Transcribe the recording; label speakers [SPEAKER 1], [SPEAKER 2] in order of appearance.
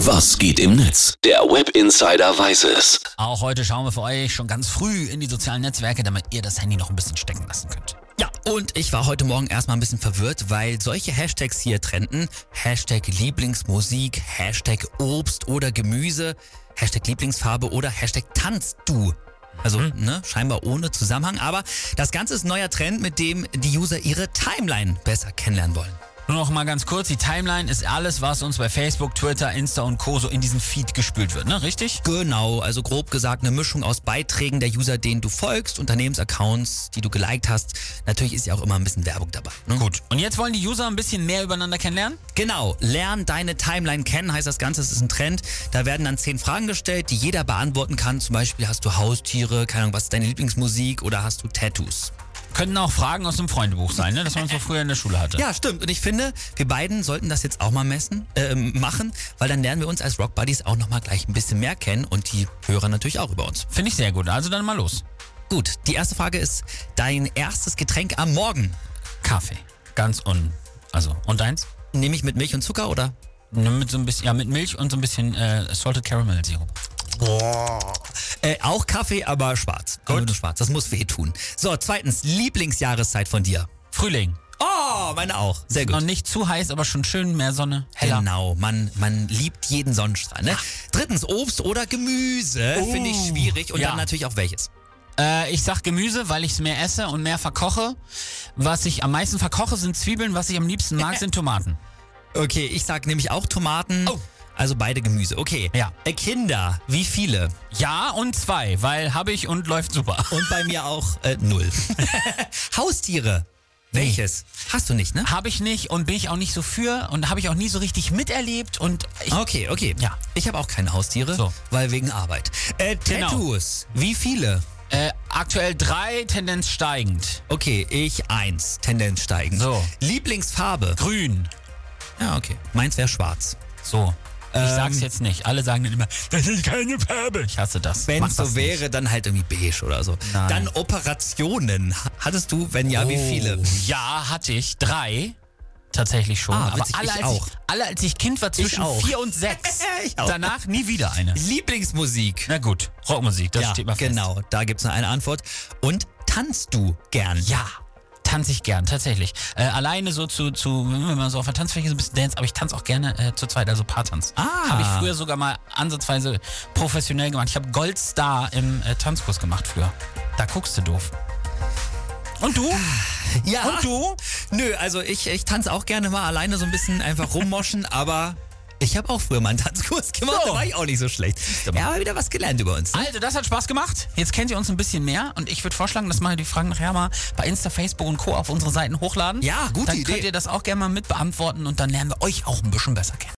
[SPEAKER 1] Was geht im Netz? Der Web Insider weiß es.
[SPEAKER 2] Auch heute schauen wir für euch schon ganz früh in die sozialen Netzwerke, damit ihr das Handy noch ein bisschen stecken lassen könnt.
[SPEAKER 3] Ja, und ich war heute Morgen erstmal ein bisschen verwirrt, weil solche Hashtags hier trennten. Hashtag Lieblingsmusik, Hashtag Obst oder Gemüse, Hashtag Lieblingsfarbe oder Hashtag Tanzt du. Also,
[SPEAKER 2] Mhm.
[SPEAKER 3] ne, scheinbar ohne Zusammenhang. Aber das Ganze ist ein neuer Trend, mit dem die User ihre Timeline besser kennenlernen wollen.
[SPEAKER 2] Nur noch mal ganz kurz, die Timeline ist alles, was uns bei Facebook, Twitter, Insta und Co. so in diesen Feed gespült wird, ne? Richtig?
[SPEAKER 3] Genau, also grob gesagt eine Mischung aus Beiträgen der User, denen du folgst, Unternehmensaccounts, die du geliked hast. Natürlich ist ja auch immer ein bisschen Werbung dabei. Ne?
[SPEAKER 2] Gut. Und jetzt wollen die User ein bisschen mehr übereinander kennenlernen?
[SPEAKER 3] Genau, lern deine Timeline kennen, heißt das Ganze, es ist ein Trend. Da werden dann zehn Fragen gestellt, die jeder beantworten kann. Zum Beispiel hast du Haustiere, keine Ahnung, was ist deine Lieblingsmusik oder hast du Tattoos?
[SPEAKER 2] Könnten auch Fragen aus dem Freundebuch sein, ne? Das man so früher in der Schule hatte.
[SPEAKER 3] Ja, stimmt. Und ich finde, wir beiden sollten das jetzt auch mal messen, äh, machen, weil dann lernen wir uns als Rockbuddies auch nochmal gleich ein bisschen mehr kennen und die Hörer natürlich auch über uns.
[SPEAKER 2] Finde ich sehr gut. Also dann mal los.
[SPEAKER 3] Gut, die erste Frage ist dein erstes Getränk am Morgen.
[SPEAKER 2] Kaffee. Ganz un. Also, und eins?
[SPEAKER 3] Nehme ich mit Milch und Zucker oder?
[SPEAKER 2] Ne, Mit so ein bisschen, ja, mit Milch und so ein bisschen äh, Salted Caramel Sirup.
[SPEAKER 3] Äh, auch Kaffee, aber schwarz. Gut. nur schwarz. Das muss wehtun. So, zweitens, Lieblingsjahreszeit von dir.
[SPEAKER 2] Frühling.
[SPEAKER 3] Oh, meine auch. Sehr
[SPEAKER 2] Noch
[SPEAKER 3] gut.
[SPEAKER 2] nicht zu heiß, aber schon schön mehr Sonne. Heller.
[SPEAKER 3] Genau, man, man liebt jeden Sonnenstrahl. Ne? Drittens, Obst oder Gemüse. Finde ich schwierig. Und
[SPEAKER 2] Ja.
[SPEAKER 3] dann natürlich auch welches.
[SPEAKER 2] Äh, ich sag Gemüse, weil ich es mehr esse und mehr verkoche. Was ich am meisten verkoche, sind Zwiebeln. Was ich am liebsten mag, sind Tomaten.
[SPEAKER 3] Okay, ich sag nämlich auch Tomaten.
[SPEAKER 2] Oh.
[SPEAKER 3] Also beide Gemüse. Okay.
[SPEAKER 2] Ja.
[SPEAKER 3] Äh, Kinder, wie viele?
[SPEAKER 2] Ja und zwei, weil habe ich und läuft super.
[SPEAKER 3] Und bei mir auch äh, null. Haustiere. Welches? Hast du nicht, ne?
[SPEAKER 2] Habe ich nicht und bin ich auch nicht so für und habe ich auch nie so richtig miterlebt und ich,
[SPEAKER 3] Okay, okay.
[SPEAKER 2] Ja.
[SPEAKER 3] Ich habe auch keine Haustiere,
[SPEAKER 2] So.
[SPEAKER 3] weil wegen Arbeit. Äh,
[SPEAKER 2] Genau.
[SPEAKER 3] Tattoos. Wie viele?
[SPEAKER 2] äh, aktuell drei Tendenz steigend.
[SPEAKER 3] Okay, ich eins. Tendenz steigen.
[SPEAKER 2] So.
[SPEAKER 3] Lieblingsfarbe.
[SPEAKER 2] Grün.
[SPEAKER 3] Ja, okay. Meins wäre schwarz.
[SPEAKER 2] So.
[SPEAKER 3] Ähm.
[SPEAKER 2] Ich sag's jetzt nicht. Alle sagen dann immer, das ist keine Farbe. Ich hasse das.
[SPEAKER 3] Wenn
[SPEAKER 2] Mach
[SPEAKER 3] so
[SPEAKER 2] das
[SPEAKER 3] wäre, dann halt irgendwie beige oder so.
[SPEAKER 2] Nein.
[SPEAKER 3] Dann Operationen. Hattest du, wenn ja, wie
[SPEAKER 2] Oh,
[SPEAKER 3] viele?
[SPEAKER 2] Ja, hatte ich. Drei. Tatsächlich schon.
[SPEAKER 3] Ah,
[SPEAKER 2] Aber
[SPEAKER 3] witzig,
[SPEAKER 2] alle,
[SPEAKER 3] ich
[SPEAKER 2] als
[SPEAKER 3] auch.
[SPEAKER 2] Ich, alle, als ich Kind war, zwischen
[SPEAKER 3] auch.
[SPEAKER 2] vier und sechs.
[SPEAKER 3] Ich auch.
[SPEAKER 2] Danach nie wieder eine.
[SPEAKER 3] Lieblingsmusik.
[SPEAKER 2] Na gut, Rockmusik, das
[SPEAKER 3] ja,
[SPEAKER 2] steht mal fest.
[SPEAKER 3] genau. Da gibt's noch eine Antwort. Und tanzt du gern?
[SPEAKER 2] Ja, tanze ich gern, tatsächlich. Äh, alleine so zu, zu, wenn man so auf der Tanzfläche so ein bisschen dance, aber ich tanze auch gerne äh, zu zweit, also Paartanz.
[SPEAKER 3] Ah.
[SPEAKER 2] Habe ich früher sogar mal ansatzweise professionell gemacht. Ich habe Goldstar im äh, Tanzkurs gemacht früher. Da guckst du doof. Und du?
[SPEAKER 3] Ah. Ja.
[SPEAKER 2] Und du?
[SPEAKER 3] Nö, also ich, ich tanze auch gerne mal alleine so ein bisschen einfach rummoschen, aber ich habe auch früher mal einen Tanzkurs gemacht,
[SPEAKER 2] So.
[SPEAKER 3] da war ich auch nicht so schlecht. Ja, aber wieder was gelernt über uns. ne?
[SPEAKER 2] Also, das hat Spaß gemacht. Jetzt kennt ihr uns ein bisschen mehr und ich würde vorschlagen, dass wir die Fragen nachher mal bei Insta, Facebook und Co. auf unsere Seiten hochladen.
[SPEAKER 3] Ja, gute
[SPEAKER 2] dann
[SPEAKER 3] Idee.
[SPEAKER 2] könnt ihr das auch gerne mal mitbeantworten und dann lernen wir euch auch ein bisschen besser kennen.